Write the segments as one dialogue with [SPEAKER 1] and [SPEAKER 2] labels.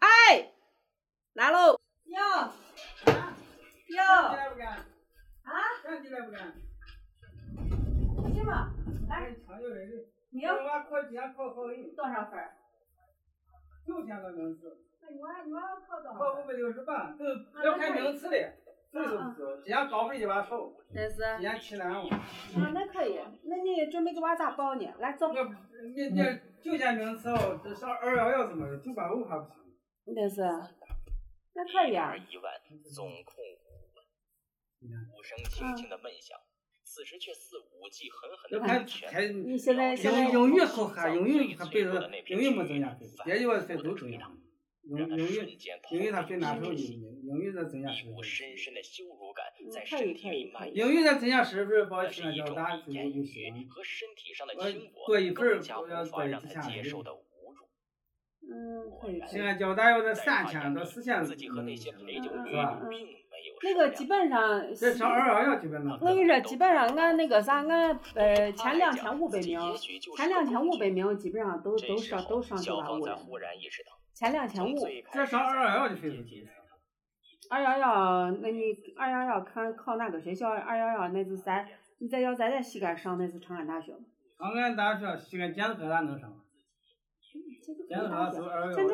[SPEAKER 1] 哎来喽！
[SPEAKER 2] 哟哟，
[SPEAKER 1] 哟，
[SPEAKER 2] 来不干？
[SPEAKER 1] 啊，
[SPEAKER 2] 干起来不干？
[SPEAKER 1] 不行吧？来，
[SPEAKER 2] 哎，常有人，
[SPEAKER 1] 你
[SPEAKER 2] 要
[SPEAKER 1] 要
[SPEAKER 2] 我考前考好运，
[SPEAKER 1] 多少分儿？
[SPEAKER 2] 六天的名次，
[SPEAKER 1] 那我我要考多
[SPEAKER 2] 考
[SPEAKER 1] 少？
[SPEAKER 2] 五百六十八，都要看名次的，分数高，今年高分一把少，
[SPEAKER 1] 但是，
[SPEAKER 2] 今
[SPEAKER 1] 啊，
[SPEAKER 2] 年七难五。
[SPEAKER 1] 那可以。那你准备给娃咋报呢？来走。
[SPEAKER 2] 我你你就这名次哦，这上二幺幺什么的，九八五还不行。
[SPEAKER 1] 但是，那可以啊。
[SPEAKER 3] 一万，总共五万。无声轻轻的闷响，此时却似武技狠狠
[SPEAKER 2] 那
[SPEAKER 3] 的
[SPEAKER 2] 看
[SPEAKER 3] 挥拳。
[SPEAKER 2] 还
[SPEAKER 1] 你现在现在
[SPEAKER 2] 英英语好看，英语他背的英语没增加分，别的我分都增加分。英
[SPEAKER 3] 让他
[SPEAKER 2] 英语
[SPEAKER 3] 瞬间逃
[SPEAKER 2] 英语他
[SPEAKER 3] 离
[SPEAKER 2] 分哪
[SPEAKER 3] 身
[SPEAKER 2] 时候英
[SPEAKER 3] 体，
[SPEAKER 2] 语英语那增加
[SPEAKER 3] 一
[SPEAKER 2] 分
[SPEAKER 3] 股。深深的羞辱感
[SPEAKER 1] 嗯
[SPEAKER 3] 在
[SPEAKER 1] 可以
[SPEAKER 3] 身体
[SPEAKER 1] 可以
[SPEAKER 3] 里蔓延。
[SPEAKER 2] 英语那增加十分，把
[SPEAKER 3] 那
[SPEAKER 2] 去那
[SPEAKER 3] 是一
[SPEAKER 2] 交
[SPEAKER 3] 种
[SPEAKER 2] 大就
[SPEAKER 3] 以言
[SPEAKER 2] 就
[SPEAKER 3] 语
[SPEAKER 2] 行。
[SPEAKER 3] 和身体上的
[SPEAKER 2] 我
[SPEAKER 3] 轻薄，
[SPEAKER 2] 呃多一份儿
[SPEAKER 3] 更加
[SPEAKER 2] 我要
[SPEAKER 3] 无法
[SPEAKER 2] 多
[SPEAKER 3] 让
[SPEAKER 2] 几
[SPEAKER 3] 他
[SPEAKER 2] 千
[SPEAKER 3] 接
[SPEAKER 2] 人
[SPEAKER 3] 受的侮辱。
[SPEAKER 1] 嗯，可以。可
[SPEAKER 2] 现
[SPEAKER 1] 以
[SPEAKER 2] 在交大要
[SPEAKER 3] 在
[SPEAKER 2] 得三
[SPEAKER 3] 他
[SPEAKER 2] 千
[SPEAKER 3] 眼
[SPEAKER 2] 到
[SPEAKER 3] 里
[SPEAKER 2] 四千，
[SPEAKER 3] 自己和那些陪酒
[SPEAKER 2] 嗯是
[SPEAKER 3] 女
[SPEAKER 2] 吧？
[SPEAKER 3] 并没有
[SPEAKER 1] 那
[SPEAKER 3] 什
[SPEAKER 1] 个
[SPEAKER 3] 么
[SPEAKER 1] 基
[SPEAKER 3] 两
[SPEAKER 1] 本上，
[SPEAKER 2] 这上二幺幺基本
[SPEAKER 1] 我跟你
[SPEAKER 2] 上。
[SPEAKER 1] 说，基本上俺那个啥，俺呃前两千五百名，前
[SPEAKER 3] 前
[SPEAKER 1] 两千五百名基本上都
[SPEAKER 3] 这
[SPEAKER 1] 都
[SPEAKER 3] 时
[SPEAKER 1] 上
[SPEAKER 3] 候
[SPEAKER 1] 都上九
[SPEAKER 3] 校
[SPEAKER 1] 万五
[SPEAKER 3] 方才
[SPEAKER 1] 了，
[SPEAKER 3] 忽然意识到，
[SPEAKER 1] 前两千五。
[SPEAKER 2] 这上二幺幺就非常
[SPEAKER 1] 二幺幺，那你二幺幺看考哪个学校？二幺幺那是咱，你再要咱在西安上那是长安大学嘛？
[SPEAKER 2] 长安大学西安建筑科大能上，
[SPEAKER 1] 建筑科技大学建筑
[SPEAKER 2] 建筑科大是，二幺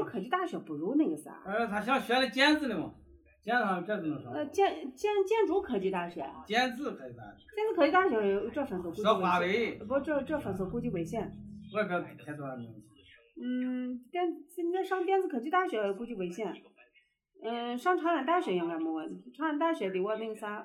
[SPEAKER 2] 幺。
[SPEAKER 1] 科技大学不如那个啥，
[SPEAKER 2] 二幺呃他想学那尖子的嘛，尖子上这都能上。
[SPEAKER 1] 呃建建建筑科技大学，啊
[SPEAKER 2] 尖子可以大学，
[SPEAKER 1] 建筑科技大学这分数估计
[SPEAKER 2] 说华
[SPEAKER 1] 危
[SPEAKER 2] 为
[SPEAKER 1] 险，，不这这分数估计危险。
[SPEAKER 2] 我这太多了名字。
[SPEAKER 1] 嗯，电那上电子科技大学估计危险。嗯，上长安大学应该没问题。长安大学离我那个啥，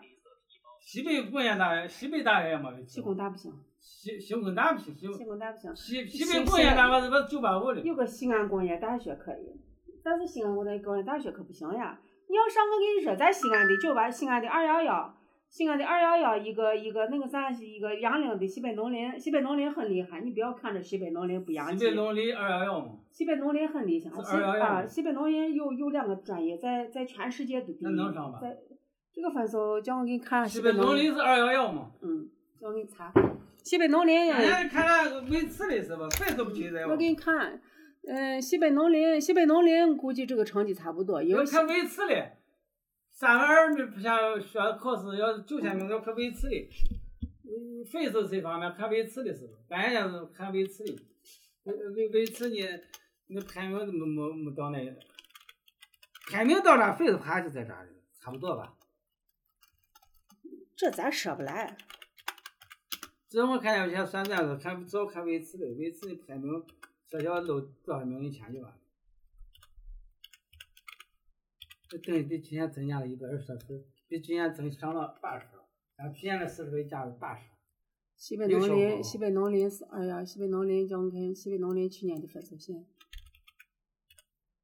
[SPEAKER 2] 西北工业大学，西北大学也没有。
[SPEAKER 1] 西工大不行，
[SPEAKER 2] 西西工大不行，西
[SPEAKER 1] 西工大不行。
[SPEAKER 2] 西西北工业大学是不是九八五的？
[SPEAKER 1] 有个西安工业大学可以，但是西安工业工业大学可不行呀。你要上，我跟你说，咱西安的就把西安的二幺幺，西安的二幺幺一个一个那个啥，一个杨凌的西北农林，西北农林很厉害，你不要看着西北农林不洋
[SPEAKER 2] 西
[SPEAKER 1] 气
[SPEAKER 2] 北，农林二幺幺嘛，
[SPEAKER 1] 西北农林很厉害，
[SPEAKER 2] 是
[SPEAKER 1] 西
[SPEAKER 2] 211
[SPEAKER 1] 啊西北农林有有两个专业在在全世界都第一，
[SPEAKER 2] 那能上吧
[SPEAKER 1] 在这个分数叫我给你看
[SPEAKER 2] 西北农
[SPEAKER 1] 林，
[SPEAKER 2] 林是二幺幺嘛。
[SPEAKER 1] 嗯，叫我给你查，西北农林。
[SPEAKER 2] 人家看没次的是吧？分都不记得
[SPEAKER 1] 我
[SPEAKER 2] 我
[SPEAKER 1] 给。你看，嗯，西北农林，西北农林估计这个成绩差不多，因为
[SPEAKER 2] 要
[SPEAKER 1] 西
[SPEAKER 2] 看维次的，三万二你不像学考试要九千名要看维次的，嗯，分数这方面看维次的是吧？咱也是看维次呃的，维维维次呢，那排名没没没到那，排名到哪分数还是在这儿的，差不多吧。
[SPEAKER 1] 这咱说不来。
[SPEAKER 2] 这我看有些算战是看只要看维次的，维次的排名学校都多少名一千就完了。这等于比去年增加了一百二十分，比去年增上了八十，然后去年的四十分加了八十。
[SPEAKER 1] 西北
[SPEAKER 2] 有
[SPEAKER 1] 农
[SPEAKER 2] 小
[SPEAKER 1] 林，
[SPEAKER 2] 吗
[SPEAKER 1] 西北农林是二幺，西北农林叫我看西北农林去年的分数线。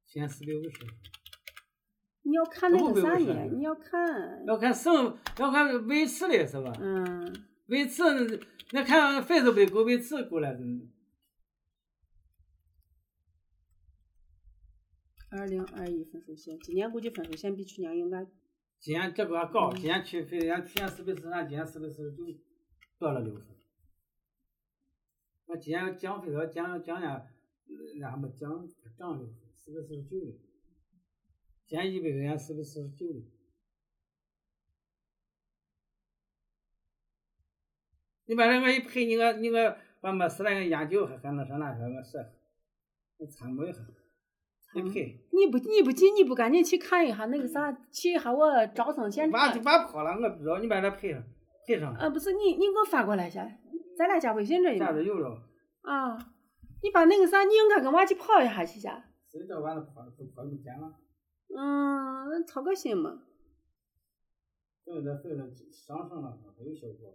[SPEAKER 2] 去年四百五十。
[SPEAKER 1] 你要看那个
[SPEAKER 2] 不会
[SPEAKER 1] 啥
[SPEAKER 2] 不
[SPEAKER 1] 呢
[SPEAKER 2] 是？
[SPEAKER 1] 你要看，
[SPEAKER 2] 要看省，要看维次的是吧？
[SPEAKER 1] 嗯，
[SPEAKER 2] 维次那看分数不够，维次够了。嗯
[SPEAKER 1] 二零二一分数线，今年估计分数线比去年应该
[SPEAKER 2] 今年这个还高，今年去分，人家去年四百四十三，今年四百四十九，多了六分。我今年降分了，降降呀，那还没降，涨六分，四百四十九了。今年一百个人四百四十九了。你把那个一配，你个你个把没事那个研究还还能上哪去？我说，我参谋一下，一配。
[SPEAKER 1] 你不你不进你不赶紧去看一下那个啥，去一下我招生现
[SPEAKER 2] 娃就
[SPEAKER 1] 场。
[SPEAKER 2] 娃跑嗯了，我不知道，你把它配上，配上，
[SPEAKER 1] 啊，不是你你给我发过来一下，咱俩加微信这一
[SPEAKER 2] 下
[SPEAKER 1] 嘛
[SPEAKER 2] 子有了。
[SPEAKER 1] 啊，你把那个啥，你应该跟娃去跑一下去噻。
[SPEAKER 2] 谁叫完了跑不跑就捡了？
[SPEAKER 1] 嗯，操个心嘛，
[SPEAKER 2] 对的对的，上升了，没有效果。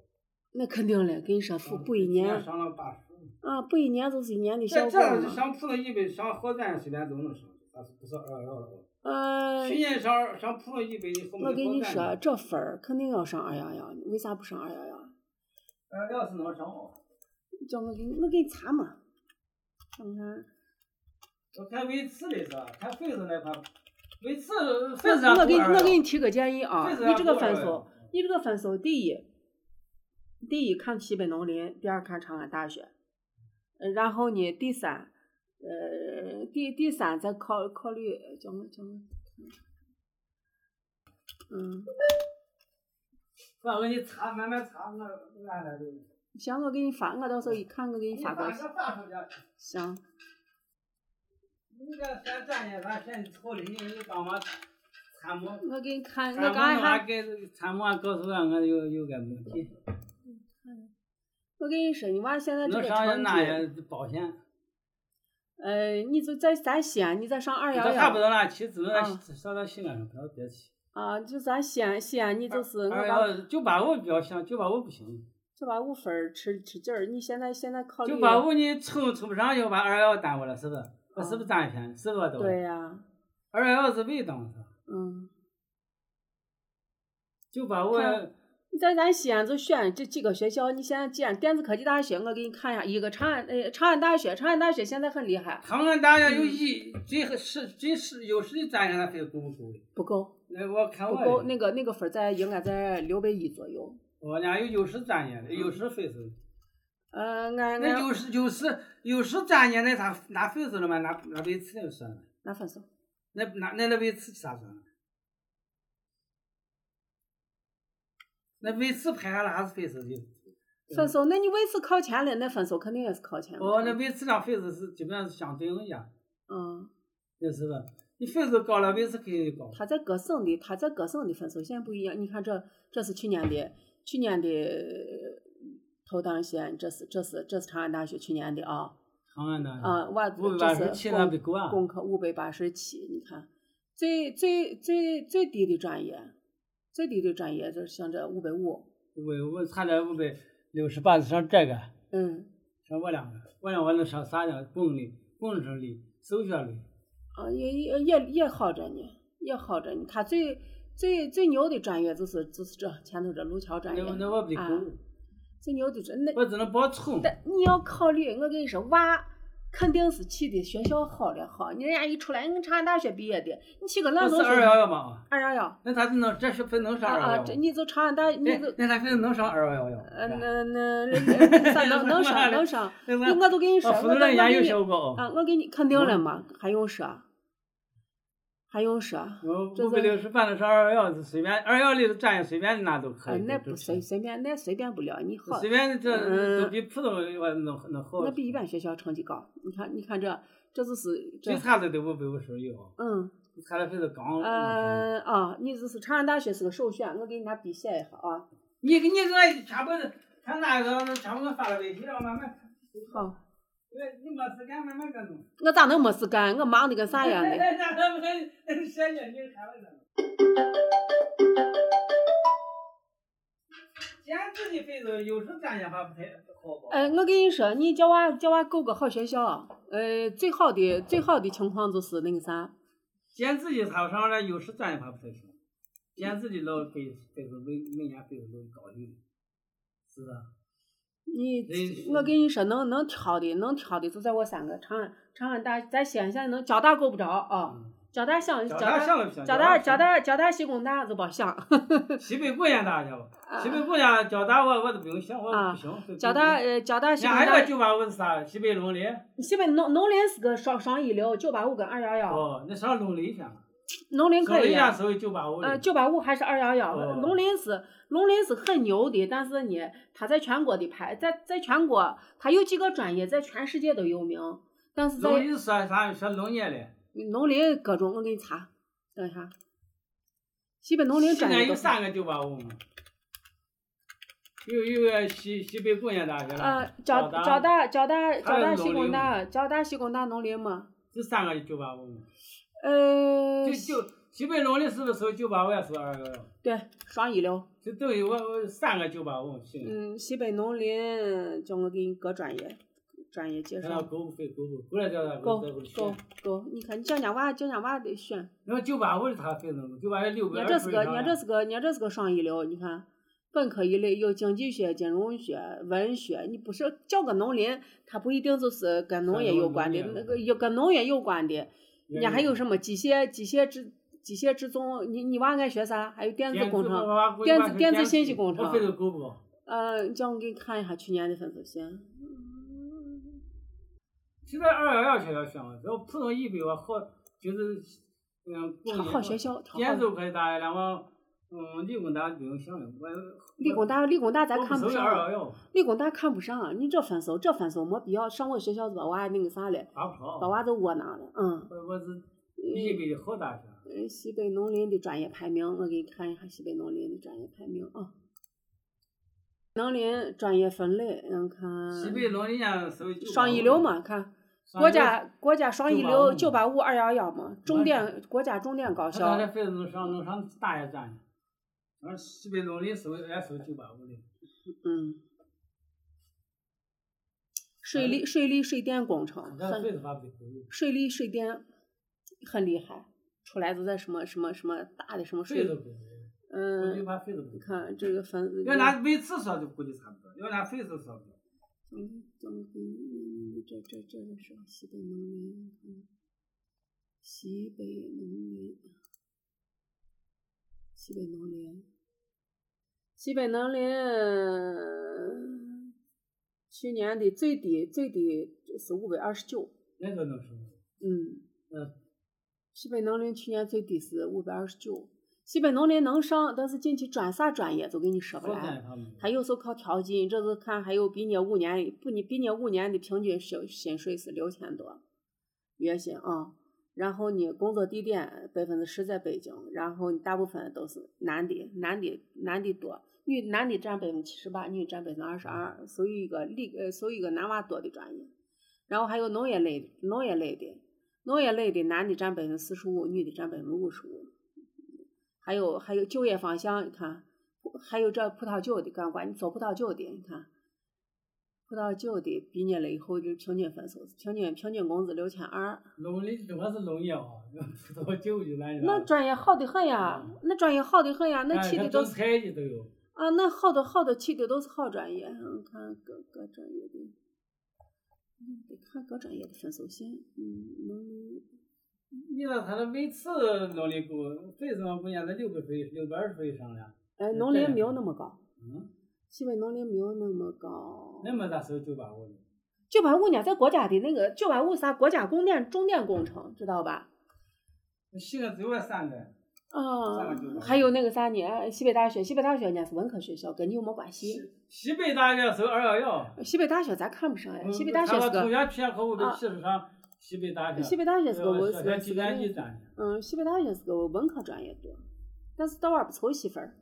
[SPEAKER 1] 那肯定嘞，跟你说，补补一年，
[SPEAKER 2] 上了八十。
[SPEAKER 1] 啊，补一年就是一年的效
[SPEAKER 2] 嗯这
[SPEAKER 1] 果
[SPEAKER 2] 这
[SPEAKER 1] 嘛。
[SPEAKER 2] 上普通一百，上火站虽然都能上，但是不是二幺幺？
[SPEAKER 1] 呃，
[SPEAKER 2] 去年上上普通一百，后面
[SPEAKER 1] 我跟你说，啊这分儿肯定要上二幺幺，为啥不上二幺幺？
[SPEAKER 2] 二幺是能上哦。
[SPEAKER 1] 叫我给你，我给你查嘛，嗯看看。
[SPEAKER 2] 我看维次的是吧？看分数那块，维次分数
[SPEAKER 1] 我给你，我给你提个建议啊，
[SPEAKER 2] 分数
[SPEAKER 1] 你这个分
[SPEAKER 2] 上
[SPEAKER 1] 数
[SPEAKER 2] 多少，
[SPEAKER 1] 你这个分数，第一，第一看西北农林，第二看长安大学，呃然后呢，第三，呃，第第三再考考虑，呃叫我叫我，嗯，
[SPEAKER 2] 我给你查，慢慢查，我俺俩就。
[SPEAKER 1] 行，我给你发，我到时候一看，我给你
[SPEAKER 2] 你
[SPEAKER 1] 发过
[SPEAKER 2] 把
[SPEAKER 1] 去。
[SPEAKER 2] 这发出去，
[SPEAKER 1] 行，
[SPEAKER 2] 你这咱咱也咱现在瞅的，你你帮忙参谋。
[SPEAKER 1] 我给你看，
[SPEAKER 2] 参
[SPEAKER 1] 我
[SPEAKER 2] 谋
[SPEAKER 1] 刚
[SPEAKER 2] 俺
[SPEAKER 1] 还，
[SPEAKER 2] 给参谋俺告诉俺，我有有个问题，
[SPEAKER 1] 我跟你说，你娃现在这
[SPEAKER 2] 能
[SPEAKER 1] 个
[SPEAKER 2] 上
[SPEAKER 1] 成
[SPEAKER 2] 哪
[SPEAKER 1] 绩，
[SPEAKER 2] 也保险。
[SPEAKER 1] 呃，你就在咱西安，你再上二幺
[SPEAKER 2] 这差不
[SPEAKER 1] 幺
[SPEAKER 2] 到哪去，只能
[SPEAKER 1] 嗯
[SPEAKER 2] 咱上到西安上，不要别去。
[SPEAKER 1] 啊，就咱西安，西安你就是我
[SPEAKER 2] 二
[SPEAKER 1] 把
[SPEAKER 2] 幺九八五比较香，九八五不行，
[SPEAKER 1] 就把五分儿吃吃劲儿。你现在现在考虑
[SPEAKER 2] 九八五你冲冲不上就把二幺耽误了，是不是？我是不是占便宜？是不是
[SPEAKER 1] 嗯
[SPEAKER 2] 都？
[SPEAKER 1] 对呀、
[SPEAKER 2] 二幺是被动的，
[SPEAKER 1] 嗯。
[SPEAKER 2] 九八五
[SPEAKER 1] 看你在咱西安就选这几个学校，你现在既然电子科技大学，我给你看一下，一个长安，呃，长安大学，长安大学现在很厉害，
[SPEAKER 2] 长安大学有
[SPEAKER 1] 嗯
[SPEAKER 2] 一最合是最是有时占上分够不够的？
[SPEAKER 1] 不够，
[SPEAKER 2] 那我看
[SPEAKER 1] 不
[SPEAKER 2] 我
[SPEAKER 1] 够，
[SPEAKER 2] 的
[SPEAKER 1] 那个那个分儿在应该在六百一左右。
[SPEAKER 2] 我俩有有时占上的，有时分数。
[SPEAKER 1] 呃，俺
[SPEAKER 2] 那
[SPEAKER 1] 俺
[SPEAKER 2] 有时有时有时占上那啥拿分数了嘛？拿拿位次了算了，
[SPEAKER 1] 拿分数，
[SPEAKER 2] 那拿那那位次啥算了？那位次排下来还是分数的。
[SPEAKER 1] 分数，那你位次靠前了，那分数肯定也是靠前。
[SPEAKER 2] 哦，那位次上分数是基本上是相对应的，
[SPEAKER 1] 嗯，
[SPEAKER 2] 就是吧？你分数高了，位次肯定高。
[SPEAKER 1] 他在各省的，他在各省的分数线不一样。你看这这是去年的，去年的呃头当县，这是这是这是长安大学去年的啊。
[SPEAKER 2] 长安的
[SPEAKER 1] 啊，万
[SPEAKER 2] 嗯
[SPEAKER 1] 这
[SPEAKER 2] 五百八
[SPEAKER 1] 是
[SPEAKER 2] 十七那
[SPEAKER 1] 工
[SPEAKER 2] 不够啊
[SPEAKER 1] 工科五百八十七，你看，最最最最低的专业，最低的专业就是像这五百五，
[SPEAKER 2] 我我差点五百六十八上这个，
[SPEAKER 1] 嗯，
[SPEAKER 2] 上我两个，我两个能上啥呢？公立、工程类、数学类。
[SPEAKER 1] 啊，也也也也好着呢，也好着呢。他最最最牛的专业就是就是这前头这路桥专业，
[SPEAKER 2] 那那我不得
[SPEAKER 1] 啊
[SPEAKER 2] 够，
[SPEAKER 1] 最牛的专那
[SPEAKER 2] 我只能报冲。
[SPEAKER 1] 但你要考虑，我跟你说，娃肯定是去的学校好了好，你人家一出来，你长安大学毕业的，你去个
[SPEAKER 2] 不
[SPEAKER 1] 烂
[SPEAKER 2] 是
[SPEAKER 1] 东
[SPEAKER 2] 二幺
[SPEAKER 1] 西，
[SPEAKER 2] 幺啊吗？
[SPEAKER 1] 二幺幺。
[SPEAKER 2] 那他能这是分能上
[SPEAKER 1] 啊
[SPEAKER 2] 二幺
[SPEAKER 1] 啊！
[SPEAKER 2] 幺？
[SPEAKER 1] 这你就长安大，你就
[SPEAKER 2] 那那他分能上二幺幺？
[SPEAKER 1] 呃，
[SPEAKER 2] 是吧
[SPEAKER 1] 那那那啥能能上能上，
[SPEAKER 2] 那啊
[SPEAKER 1] 你
[SPEAKER 2] 我
[SPEAKER 1] 我都跟你说，
[SPEAKER 2] 我
[SPEAKER 1] 我
[SPEAKER 2] 辅
[SPEAKER 1] 都
[SPEAKER 2] 导
[SPEAKER 1] 我
[SPEAKER 2] 人家
[SPEAKER 1] 给
[SPEAKER 2] 有
[SPEAKER 1] 你
[SPEAKER 2] 效果。
[SPEAKER 1] 啊，我给你肯定了嘛，还用说？还用说？
[SPEAKER 2] 我
[SPEAKER 1] 这
[SPEAKER 2] 五百六
[SPEAKER 1] 是
[SPEAKER 2] 十半的上二幺幺是随便，二幺零的专业随便拿都可
[SPEAKER 1] 啊
[SPEAKER 2] 以。，
[SPEAKER 1] 那
[SPEAKER 2] 都
[SPEAKER 1] 不
[SPEAKER 2] 行
[SPEAKER 1] 随随便，那随便不了，你好，
[SPEAKER 2] 随便这
[SPEAKER 1] 嗯
[SPEAKER 2] 都比普通我能能好。
[SPEAKER 1] 那比一般学校成绩高。你看，你看这，这就是
[SPEAKER 2] 最
[SPEAKER 1] 这，
[SPEAKER 2] 差的都五百五十一哦，
[SPEAKER 1] 嗯，
[SPEAKER 2] 差的分是刚。
[SPEAKER 1] 呃啊，你就是长安大学是个首选，我给你拿笔写一下啊。
[SPEAKER 2] 你你这全部是，看哪个全部发了微信了，慢慢，
[SPEAKER 1] 好，
[SPEAKER 2] 你没事干慢慢干弄。
[SPEAKER 1] 我咋能没事干？我忙的跟啥样 的？
[SPEAKER 2] 那他们谁叫你看了呢？简直的分数有时候占也还不太好吧？
[SPEAKER 1] 呃，我跟你说，你叫娃叫娃够个好学校，呃，最好的最好的情况就是那个啥，
[SPEAKER 2] 减自己他上来有时占也还不太行，减自己老分分数每每年分数都高一点，是吧？
[SPEAKER 1] 你
[SPEAKER 2] 那
[SPEAKER 1] 我跟你说，能能挑的能挑的就在我三个长安长安大，咱西安现在能交大够不着啊，
[SPEAKER 2] 嗯，
[SPEAKER 1] 交大想
[SPEAKER 2] 交
[SPEAKER 1] 交
[SPEAKER 2] 大
[SPEAKER 1] 大
[SPEAKER 2] 上了不行，
[SPEAKER 1] 交大交
[SPEAKER 2] 上
[SPEAKER 1] 大交大西工大都别 想，
[SPEAKER 2] 西北国家大家伙，西北国家交大我我都不用想，我
[SPEAKER 1] 啊
[SPEAKER 2] 不行。
[SPEAKER 1] 交大呃交大西
[SPEAKER 2] 嗯你
[SPEAKER 1] 工
[SPEAKER 2] 还有个
[SPEAKER 1] 大，
[SPEAKER 2] 九八五是啥？西北农林。
[SPEAKER 1] 西北农农林是个双双一流，九八五跟二幺幺，
[SPEAKER 2] 哦，那上农林去了。
[SPEAKER 1] 农林
[SPEAKER 2] 农
[SPEAKER 1] 可
[SPEAKER 2] 林
[SPEAKER 1] 以
[SPEAKER 2] 家
[SPEAKER 1] 啊，
[SPEAKER 2] 属于九八五
[SPEAKER 1] 呃
[SPEAKER 2] 的。
[SPEAKER 1] 九八五还是二幺幺，
[SPEAKER 2] 哦
[SPEAKER 1] 农林是农林是很牛的，但是呢，它在全国的排在在全国，它有几个专业在全世界都有名，但是在
[SPEAKER 2] 农林说啥？说农业嘞。
[SPEAKER 1] 农林各种，我给你查，等一下。西北农林
[SPEAKER 2] 西
[SPEAKER 1] 专业
[SPEAKER 2] 安
[SPEAKER 1] 都
[SPEAKER 2] 有
[SPEAKER 1] 是
[SPEAKER 2] 三个九八五嘛？有有个西西北工业大学了。
[SPEAKER 1] 呃，交
[SPEAKER 2] 大
[SPEAKER 1] 交大交大
[SPEAKER 2] 还
[SPEAKER 1] 交
[SPEAKER 2] 有
[SPEAKER 1] 大
[SPEAKER 2] 农
[SPEAKER 1] 西工
[SPEAKER 2] 林
[SPEAKER 1] 大交大西工大农林嘛，
[SPEAKER 2] 这三个九八五嘛。
[SPEAKER 1] 呃
[SPEAKER 2] 就，就西北农林是不是属于九八五也属于二幺幺？
[SPEAKER 1] 对，双一流。
[SPEAKER 2] 就等于我我三个九八五行。
[SPEAKER 1] 嗯，西北农林叫我给你各专业专业介
[SPEAKER 2] 看那
[SPEAKER 1] 绍，
[SPEAKER 2] 够不费够不？够了叫他
[SPEAKER 1] 够
[SPEAKER 2] 够再给我
[SPEAKER 1] 够
[SPEAKER 2] 选。
[SPEAKER 1] 够，你看你叫人家娃叫人家娃得选，
[SPEAKER 2] 然后九八五的他费那么，九八五六百
[SPEAKER 1] 人家
[SPEAKER 2] 二
[SPEAKER 1] 这
[SPEAKER 2] 十
[SPEAKER 1] 是
[SPEAKER 2] 分
[SPEAKER 1] 个
[SPEAKER 2] 以上
[SPEAKER 1] 人家
[SPEAKER 2] 了
[SPEAKER 1] 这是个人家这是个双一流，你看。本科一类有经济学、金融学、文学，你不是叫个农林，它不一定就是跟农
[SPEAKER 2] 跟
[SPEAKER 1] 业
[SPEAKER 2] 农
[SPEAKER 1] 有关的
[SPEAKER 2] 农，业
[SPEAKER 1] 那个有跟农业有关的，人家还有什么机械、机械制、机械制重，你你娃爱学啥？还有电子工程。
[SPEAKER 2] 程
[SPEAKER 1] 电子电子信息工程
[SPEAKER 2] 我费的够不够？
[SPEAKER 1] 呃，你叫我给你看一下去年的分数线。
[SPEAKER 2] 现在二幺幺学校选了，然后普通一百我好就是嗯，
[SPEAKER 1] 它好学校，它
[SPEAKER 2] 建
[SPEAKER 1] 好。
[SPEAKER 2] 筑可以大学了，我嗯，理工大不用想了，我
[SPEAKER 1] 理工大，理工大咱
[SPEAKER 2] 我
[SPEAKER 1] 看
[SPEAKER 2] 不
[SPEAKER 1] 不
[SPEAKER 2] 属于二
[SPEAKER 1] 上，
[SPEAKER 2] 幺幺，
[SPEAKER 1] 理工大看不上，你这分数，这分数没必要。上我学校就把娃那个啥了，
[SPEAKER 2] 打不着。
[SPEAKER 1] 把娃都窝囊了。嗯，
[SPEAKER 2] 我我是一北的好大学，
[SPEAKER 1] 呃西北农林的专业排名，我给你看一下西北农林的专业排名啊。农林专业分类，嗯，看
[SPEAKER 2] 西北农人家属于
[SPEAKER 1] 双一流，嘛，看国家国家双一流九八五二幺幺嘛，重点国家重点高
[SPEAKER 2] 他刚才
[SPEAKER 1] 校。
[SPEAKER 2] 分子能上能上大学站，而西北农林属于也属于九八五的，
[SPEAKER 1] 嗯，水利水利水电工程
[SPEAKER 2] 咱
[SPEAKER 1] 很
[SPEAKER 2] 分子发不得国
[SPEAKER 1] 水利水电很厉害，出来都在什么什么什么大的什么
[SPEAKER 2] 费
[SPEAKER 1] 水
[SPEAKER 2] 都不行，我就
[SPEAKER 1] 嗯，
[SPEAKER 2] 怕费都不
[SPEAKER 1] 你
[SPEAKER 2] 行。
[SPEAKER 1] 看这个分子
[SPEAKER 2] 要拿每次说就估计差不多，要拿费子说不多。
[SPEAKER 1] 总总比这这这个是西北农民，嗯，西北农民，西北农林，西北农林，去年的最低最低是五百二十九，
[SPEAKER 2] 那个能说，
[SPEAKER 1] 嗯，
[SPEAKER 2] 嗯，
[SPEAKER 1] 西北农林去年最低是五百二十九，西北农林能上，但是进去转啥专业都给你说不
[SPEAKER 2] 福
[SPEAKER 1] 来。
[SPEAKER 2] 建他们
[SPEAKER 1] 他有时候靠调剂，这次看还有比你五年不你比你五年的平均薪薪水是六千多，月薪啊。然后呢，工作地点百分之十在北京，然后大部分都是男的，男的男的多，女男的占百分之七十八，女的占百分之二十二，属于一个理呃属于一个男娃多的专业。然后还有农业类的，农业类的，农业类的男的占百分之四十五，女的占百分之五十五。还有还有就业方向，你看，还有这葡萄酒的干管，你做葡萄酒的，你看，葡萄酒的毕业了以后就平均分数，平均平均工资六千二，
[SPEAKER 2] 农林主要是农业啊， 葡萄酒就来
[SPEAKER 1] 那专业好的很呀，
[SPEAKER 2] 嗯
[SPEAKER 1] 那专业好的很呀，那去的都
[SPEAKER 2] 都
[SPEAKER 1] 是
[SPEAKER 2] 菜的都有，
[SPEAKER 1] 啊，那好的好的去的都是好专业，嗯，看各各专业的，嗯，得看各专业的分数线，嗯，农民
[SPEAKER 2] 你说他那每次农林工费什么不一样？那六百分，六百二十分以上了，
[SPEAKER 1] 哎，
[SPEAKER 2] 嗯
[SPEAKER 1] 农
[SPEAKER 2] 这
[SPEAKER 1] 林
[SPEAKER 2] 样
[SPEAKER 1] 没有那么高，
[SPEAKER 2] 嗯，
[SPEAKER 1] 西北农林没有那么高，
[SPEAKER 2] 那么咱收九八五的，
[SPEAKER 1] 九八五呢，在国家的那个九八五啥国家供电重点工程，知道吧？
[SPEAKER 2] 那西安只有三个，
[SPEAKER 1] 啊、
[SPEAKER 2] 上了985
[SPEAKER 1] 还有那个啥呢？西北大学，西北大学人家是文科学校，跟你有没关系？
[SPEAKER 2] 西西北大学收二幺幺，
[SPEAKER 1] 西北大学咱看不上呀，
[SPEAKER 2] 嗯
[SPEAKER 1] 西北大学
[SPEAKER 2] 他
[SPEAKER 1] 是
[SPEAKER 2] 们同
[SPEAKER 1] 个啊
[SPEAKER 2] 样偏口的其实上西北大学，
[SPEAKER 1] 西北大学是个文是
[SPEAKER 2] 小
[SPEAKER 1] 个
[SPEAKER 2] 学
[SPEAKER 1] 是
[SPEAKER 2] 计
[SPEAKER 1] 个
[SPEAKER 2] 算机
[SPEAKER 1] 那
[SPEAKER 2] 专业，
[SPEAKER 1] 嗯，西北大学是个文科专业多，但是到外不愁媳妇儿。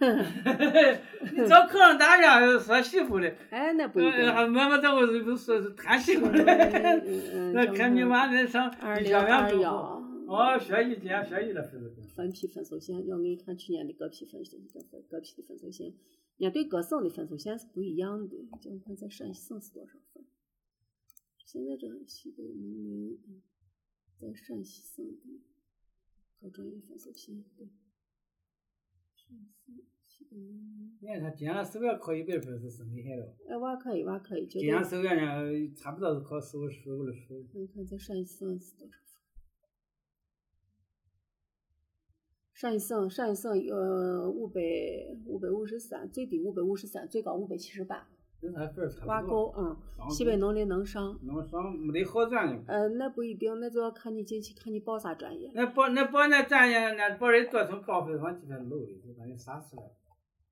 [SPEAKER 2] 你找考上大学说媳妇的，
[SPEAKER 1] 哎，那不一嗯定。
[SPEAKER 2] 呃，还妈妈在我这不是谈媳妇的。 那
[SPEAKER 1] 那
[SPEAKER 2] 看你妈那上
[SPEAKER 1] 嗯二零
[SPEAKER 2] 校园
[SPEAKER 1] 二
[SPEAKER 2] 之后，
[SPEAKER 1] 幺
[SPEAKER 2] 哦，学一节学一的分子，
[SPEAKER 1] 分批分数线，要给你看去年的各批分数各分各批的分数线，人家对各省的分数线是不一样的。就看在陕西省是多少分？现在这西北农民嗯在陕西省的各专业分数线，对，陕西西北农民，
[SPEAKER 2] 你看他今年四月考一百分是真厉害了，
[SPEAKER 1] 哎，娃可以，娃可以，就
[SPEAKER 2] 今
[SPEAKER 1] 这
[SPEAKER 2] 年四月呢差不多是考四五十五六十，
[SPEAKER 1] 看看在陕西省是多少分？陕西省，陕西省呃五百五百五十三，最低五百五十三，最高五百七十八，
[SPEAKER 2] 跟他分儿差
[SPEAKER 1] 挖
[SPEAKER 2] 不
[SPEAKER 1] 沟
[SPEAKER 2] 多。
[SPEAKER 1] 啊、
[SPEAKER 2] 上
[SPEAKER 1] 嗯，西北
[SPEAKER 2] 不
[SPEAKER 1] 农林能上。
[SPEAKER 2] 能上没得好专业，
[SPEAKER 1] 呃，那不一定，那就要看你进去，看你报啥专业。
[SPEAKER 2] 那报那报那专业那报人多从高分上几天漏的，就感觉啥事了。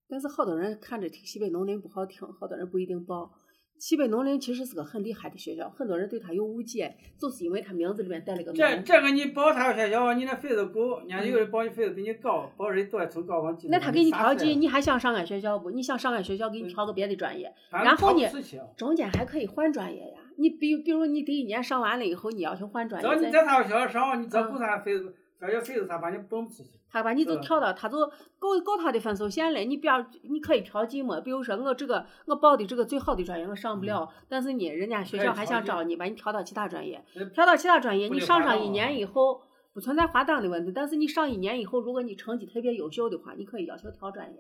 [SPEAKER 1] 但是好多人看着西北农林不好听，好多人不一定报。西北农林其实是个很厉害的学校，很多人对他有误解，就是因为他名字里面带了个
[SPEAKER 2] 这
[SPEAKER 1] 农。
[SPEAKER 2] 这个你报他学校，你那分子高，人家有人报你分子比你高，报人多从高往几
[SPEAKER 1] 那他给你调剂，
[SPEAKER 2] 剂，
[SPEAKER 1] 你还想上俺学校不？你想上俺学校，给你调个别的专业。
[SPEAKER 2] 反正
[SPEAKER 1] 然后
[SPEAKER 2] 考不
[SPEAKER 1] 呢
[SPEAKER 2] 出去啊
[SPEAKER 1] 中间还可以换专业呀。你比比如你第一年上完了以后，你要求换专
[SPEAKER 2] 只要
[SPEAKER 1] 业，
[SPEAKER 2] 你
[SPEAKER 1] 再嗯
[SPEAKER 2] 在他学校上，你只要够他分子，小学分子他把你蹦出去。
[SPEAKER 1] 他把你
[SPEAKER 2] 是
[SPEAKER 1] 就
[SPEAKER 2] 吧
[SPEAKER 1] 跳到他就够够他的分数线了。你不要，你可以调剂嘛。比如说我这个我报的这个最好的专业我上不了，但是呢，人家学
[SPEAKER 2] 嗯可以
[SPEAKER 1] 校还
[SPEAKER 2] 调
[SPEAKER 1] 想
[SPEAKER 2] 剂
[SPEAKER 1] 招你，把你调到其他专业，
[SPEAKER 2] 呃
[SPEAKER 1] 调到其他专业，
[SPEAKER 2] 不
[SPEAKER 1] 你
[SPEAKER 2] 得
[SPEAKER 1] 上
[SPEAKER 2] 滑
[SPEAKER 1] 上
[SPEAKER 2] 档
[SPEAKER 1] 一
[SPEAKER 2] 啊
[SPEAKER 1] 年以后不存在滑档的问题。但是你上一年以后，如果你成绩特别优秀的话，你可以要求调专业，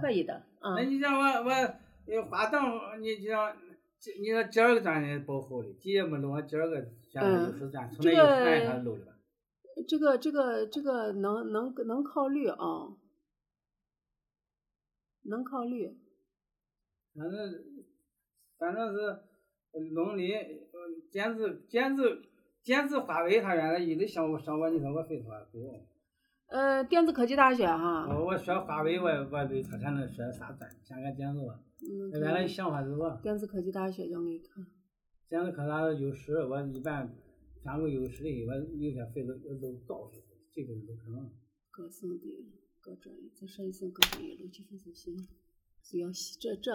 [SPEAKER 1] 可以的，
[SPEAKER 2] 那
[SPEAKER 1] 嗯。
[SPEAKER 2] 你像我我呃华东，你就像这你说第二个专业保护的，第一没弄，我第二个选的
[SPEAKER 1] 嗯
[SPEAKER 2] 就是咱从那一看他漏了吧。
[SPEAKER 1] 这个这个这个能能能考虑啊、能考虑。
[SPEAKER 2] 反正反正是农林，呃简直简直简直华为他原来一直想我想我，你说我非他妈狗。
[SPEAKER 1] 呃，电子科技大学哈，
[SPEAKER 2] 我我学华为，我也我也没他看能学啥专，想干电子吧。
[SPEAKER 1] 嗯，
[SPEAKER 2] 原来想法是吧，
[SPEAKER 1] 电子科技大学叫你看，
[SPEAKER 2] 电子科大有时我一般全国有时的，我有些分都都高分，这个都可能。
[SPEAKER 1] 各省的各专业，再上一层各专业录取分数线，就要细这这，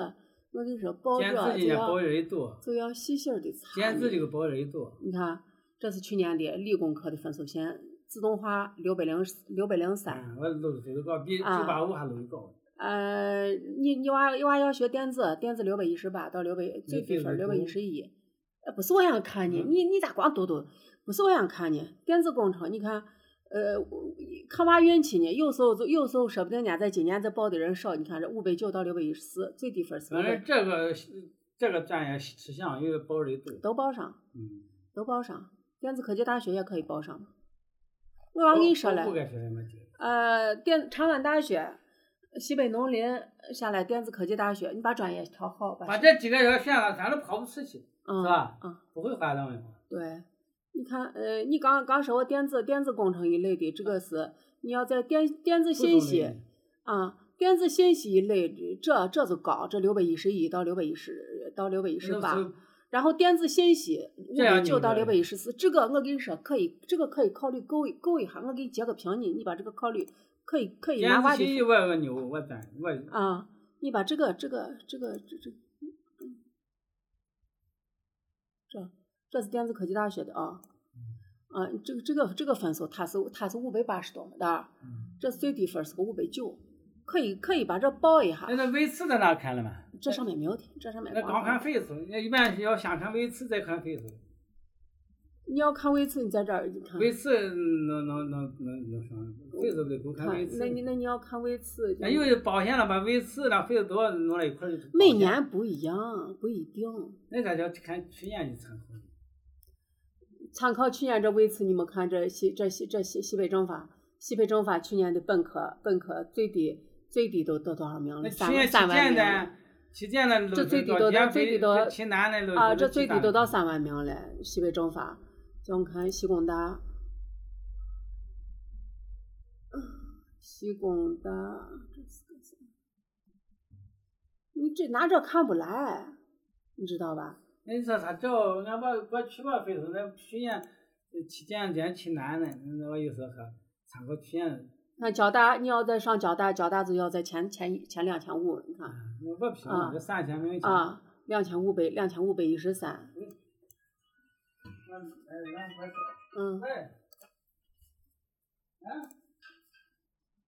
[SPEAKER 1] 我跟你说，抱
[SPEAKER 2] 减
[SPEAKER 1] 着
[SPEAKER 2] 自
[SPEAKER 1] 就
[SPEAKER 2] 己也保
[SPEAKER 1] 要
[SPEAKER 2] 人多，
[SPEAKER 1] 就要细心的查
[SPEAKER 2] 减
[SPEAKER 1] 你。
[SPEAKER 2] 自己个保人多。
[SPEAKER 1] 你看，这是去年的理工科的分数线，自动化六百零六百零三。
[SPEAKER 2] 嗯，我录的都高，比九
[SPEAKER 1] 啊
[SPEAKER 2] 八五还录的高。
[SPEAKER 1] 呃，你你娃你娃要学电子，电子六百一十八到六百最低分六百一十一。呃，不是我想看你，
[SPEAKER 2] 嗯
[SPEAKER 1] 你你咋光读读？不是我想看你，电子工程，你看，呃，我看娃运气呢，有时候就有时候说不定人家在今年这报的人少，你看这五百九到六百一十四，最低分是
[SPEAKER 2] 反正
[SPEAKER 1] 500
[SPEAKER 2] 这个这个专业吃香，有保人多。
[SPEAKER 1] 都报上，
[SPEAKER 2] 嗯，
[SPEAKER 1] 都报上，电子科技大学也可以报上。我要跟你说了，
[SPEAKER 2] 不该学什么技
[SPEAKER 1] 呃，电长安大学、西北农林下来电子科技大学，你把专业挑好，把
[SPEAKER 2] 把
[SPEAKER 1] 是
[SPEAKER 2] 这几个要选了，咱都跑不出去，
[SPEAKER 1] 嗯
[SPEAKER 2] 是吧
[SPEAKER 1] 嗯，
[SPEAKER 2] 不会花那么多。
[SPEAKER 1] 对，你看，呃，你刚刚说我电子电子工程一类的，这个是你要在电电子
[SPEAKER 2] 不
[SPEAKER 1] 信
[SPEAKER 2] 同的
[SPEAKER 1] 息
[SPEAKER 2] 人
[SPEAKER 1] 啊、电子信息一类的，这这就高，这六百一十一到六百一十到六百一十
[SPEAKER 2] 那
[SPEAKER 1] 八。
[SPEAKER 2] 是
[SPEAKER 1] 然后电子信息五
[SPEAKER 2] 这样
[SPEAKER 1] 百
[SPEAKER 2] 你
[SPEAKER 1] 九
[SPEAKER 2] 们
[SPEAKER 1] 到
[SPEAKER 2] 可
[SPEAKER 1] 六
[SPEAKER 2] 以
[SPEAKER 1] 百一十四，这个我跟你说可以，这个可以考虑够一够一下，我给你截个屏你，你把这个考虑可以可以拿
[SPEAKER 2] 电
[SPEAKER 1] 娃
[SPEAKER 2] 子
[SPEAKER 1] 的
[SPEAKER 2] 信息我也牛，我真我
[SPEAKER 1] 啊，你把这个这个这个这这，这这是电子科技大学的啊，啊，这个这个这个分数它是它是五百八十多的，
[SPEAKER 2] 嗯
[SPEAKER 1] 这最低分是个五百九，可以可以把这报一下
[SPEAKER 2] 哎那，那维次在哪看了吗？
[SPEAKER 1] 这上面没有的，这上面
[SPEAKER 2] 那
[SPEAKER 1] 光
[SPEAKER 2] 光看费数，那一般是要先看维次再看费数。
[SPEAKER 1] 你要看位置，你在这儿你看
[SPEAKER 2] 维次能能能能能上，费数得够看哎维
[SPEAKER 1] 看，那你
[SPEAKER 2] 次。
[SPEAKER 1] 那你要看位置，
[SPEAKER 2] 那又有保险了，把维次那费数多弄到一块儿就保险。
[SPEAKER 1] 每年不一样，不一定。
[SPEAKER 2] 那咱就看去年的参考。
[SPEAKER 1] 嗯参考去年这位次，你们看这西这西这西西北政法，西北政法去年的本科本科最低最低都得多少名
[SPEAKER 2] 那
[SPEAKER 1] 了？
[SPEAKER 2] 去
[SPEAKER 1] 三万
[SPEAKER 2] 年旗
[SPEAKER 1] 三万
[SPEAKER 2] 舰
[SPEAKER 1] 名
[SPEAKER 2] 的
[SPEAKER 1] 了。，
[SPEAKER 2] 旗舰的楼
[SPEAKER 1] 这最低都
[SPEAKER 2] 底下
[SPEAKER 1] 到最
[SPEAKER 2] 北
[SPEAKER 1] 低都到
[SPEAKER 2] 提南的楼
[SPEAKER 1] 啊，这最低都到。三万名了。西北政法，叫我们看西工大，西工大，这是个啥你这拿这看不来，你知道吧？
[SPEAKER 2] 那你说他找俺把过去吧，费事那去年旗舰的去南的，那我有时候还参考去年，
[SPEAKER 1] 那交大你要再上交大，交大就要在前前一前两千五，你看。
[SPEAKER 2] 那我平了，这三千块钱。
[SPEAKER 1] 啊，两千五百两千五百一十三，
[SPEAKER 2] 嗯。那哎，那我说
[SPEAKER 1] 嗯，
[SPEAKER 2] 哎，